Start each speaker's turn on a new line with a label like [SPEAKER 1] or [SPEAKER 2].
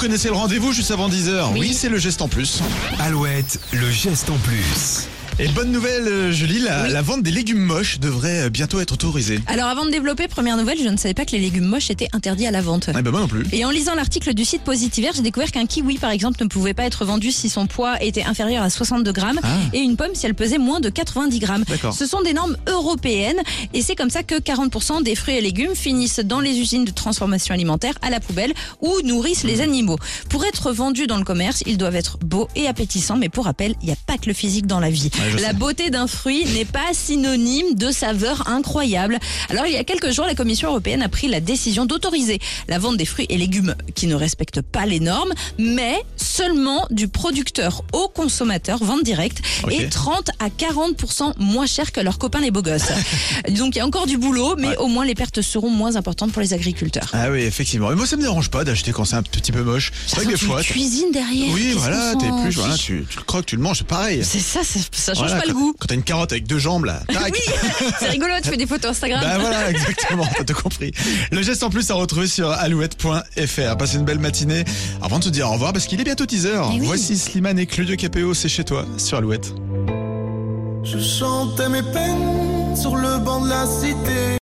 [SPEAKER 1] Vous connaissez le rendez-vous juste avant 10h
[SPEAKER 2] Oui.
[SPEAKER 1] Oui, c'est le geste en plus.
[SPEAKER 3] Alouette, le geste en plus.
[SPEAKER 1] Et bonne nouvelle, euh, Julie, la, la vente des légumes moches devrait euh, bientôt être autorisée.
[SPEAKER 2] Alors avant de développer, première nouvelle, je ne savais pas que les légumes moches étaient interdits à la vente.
[SPEAKER 1] Eh ben moi non plus.
[SPEAKER 2] Et en lisant l'article du site Positivaire, j'ai découvert qu'un kiwi, par exemple, ne pouvait pas être vendu si son poids était inférieur à 62 grammes et une pomme si elle pesait moins de 90 grammes.
[SPEAKER 1] Ah. D'accord.
[SPEAKER 2] Ce sont des normes européennes et c'est comme ça que 40% des fruits et légumes finissent dans les usines de transformation alimentaire, à la poubelle ou nourrissent les animaux. Pour être vendus dans le commerce, ils doivent être beaux et appétissants, mais pour rappel, il n'y a pas que le physique dans la vie.
[SPEAKER 1] je
[SPEAKER 2] la
[SPEAKER 1] sais.
[SPEAKER 2] beauté d'un fruit n'est pas synonyme de saveur incroyable. Alors il y a quelques jours, la Commission européenne a pris la décision d'autoriser la vente des fruits et légumes qui ne respectent pas les normes, mais seulement du producteur au consommateur, vente directe,
[SPEAKER 1] Ok.
[SPEAKER 2] et 30 à 40% moins cher que leurs copains les beaux gosses. Donc il y a encore du boulot, mais au moins les pertes seront moins importantes pour les agriculteurs.
[SPEAKER 1] Ah oui, effectivement. Et moi ça me dérange pas d'acheter quand c'est un petit peu moche. C'est vrai que des
[SPEAKER 2] tu
[SPEAKER 1] fois. tu-
[SPEAKER 2] cuisines derrière.
[SPEAKER 1] Oui,
[SPEAKER 2] qu'est-ce
[SPEAKER 1] voilà,
[SPEAKER 2] qu'on
[SPEAKER 1] t'es
[SPEAKER 2] s'en
[SPEAKER 1] plus, voilà,
[SPEAKER 2] fiche
[SPEAKER 1] tu, tu le croques, tu le manges, c'est pareil.
[SPEAKER 2] C'est ça, ça, ça change
[SPEAKER 1] Voilà,
[SPEAKER 2] pas le
[SPEAKER 1] quand-
[SPEAKER 2] goût.
[SPEAKER 1] Quand t'as une carotte avec deux jambes là, tac.
[SPEAKER 2] Oui, c'est rigolo, tu fais des photos Instagram.
[SPEAKER 1] Bah voilà, exactement, t'as tout compris. Le geste en plus à retrouver sur alouette.fr. Passez une belle matinée. Avant de te dire au revoir, parce qu'il est bientôt 10h.
[SPEAKER 2] Eh oui.
[SPEAKER 1] Voici Slimane et Claudio Capéo, c'est chez toi, sur Alouette.
[SPEAKER 4] Je chantais mes peines sur le banc de la cité.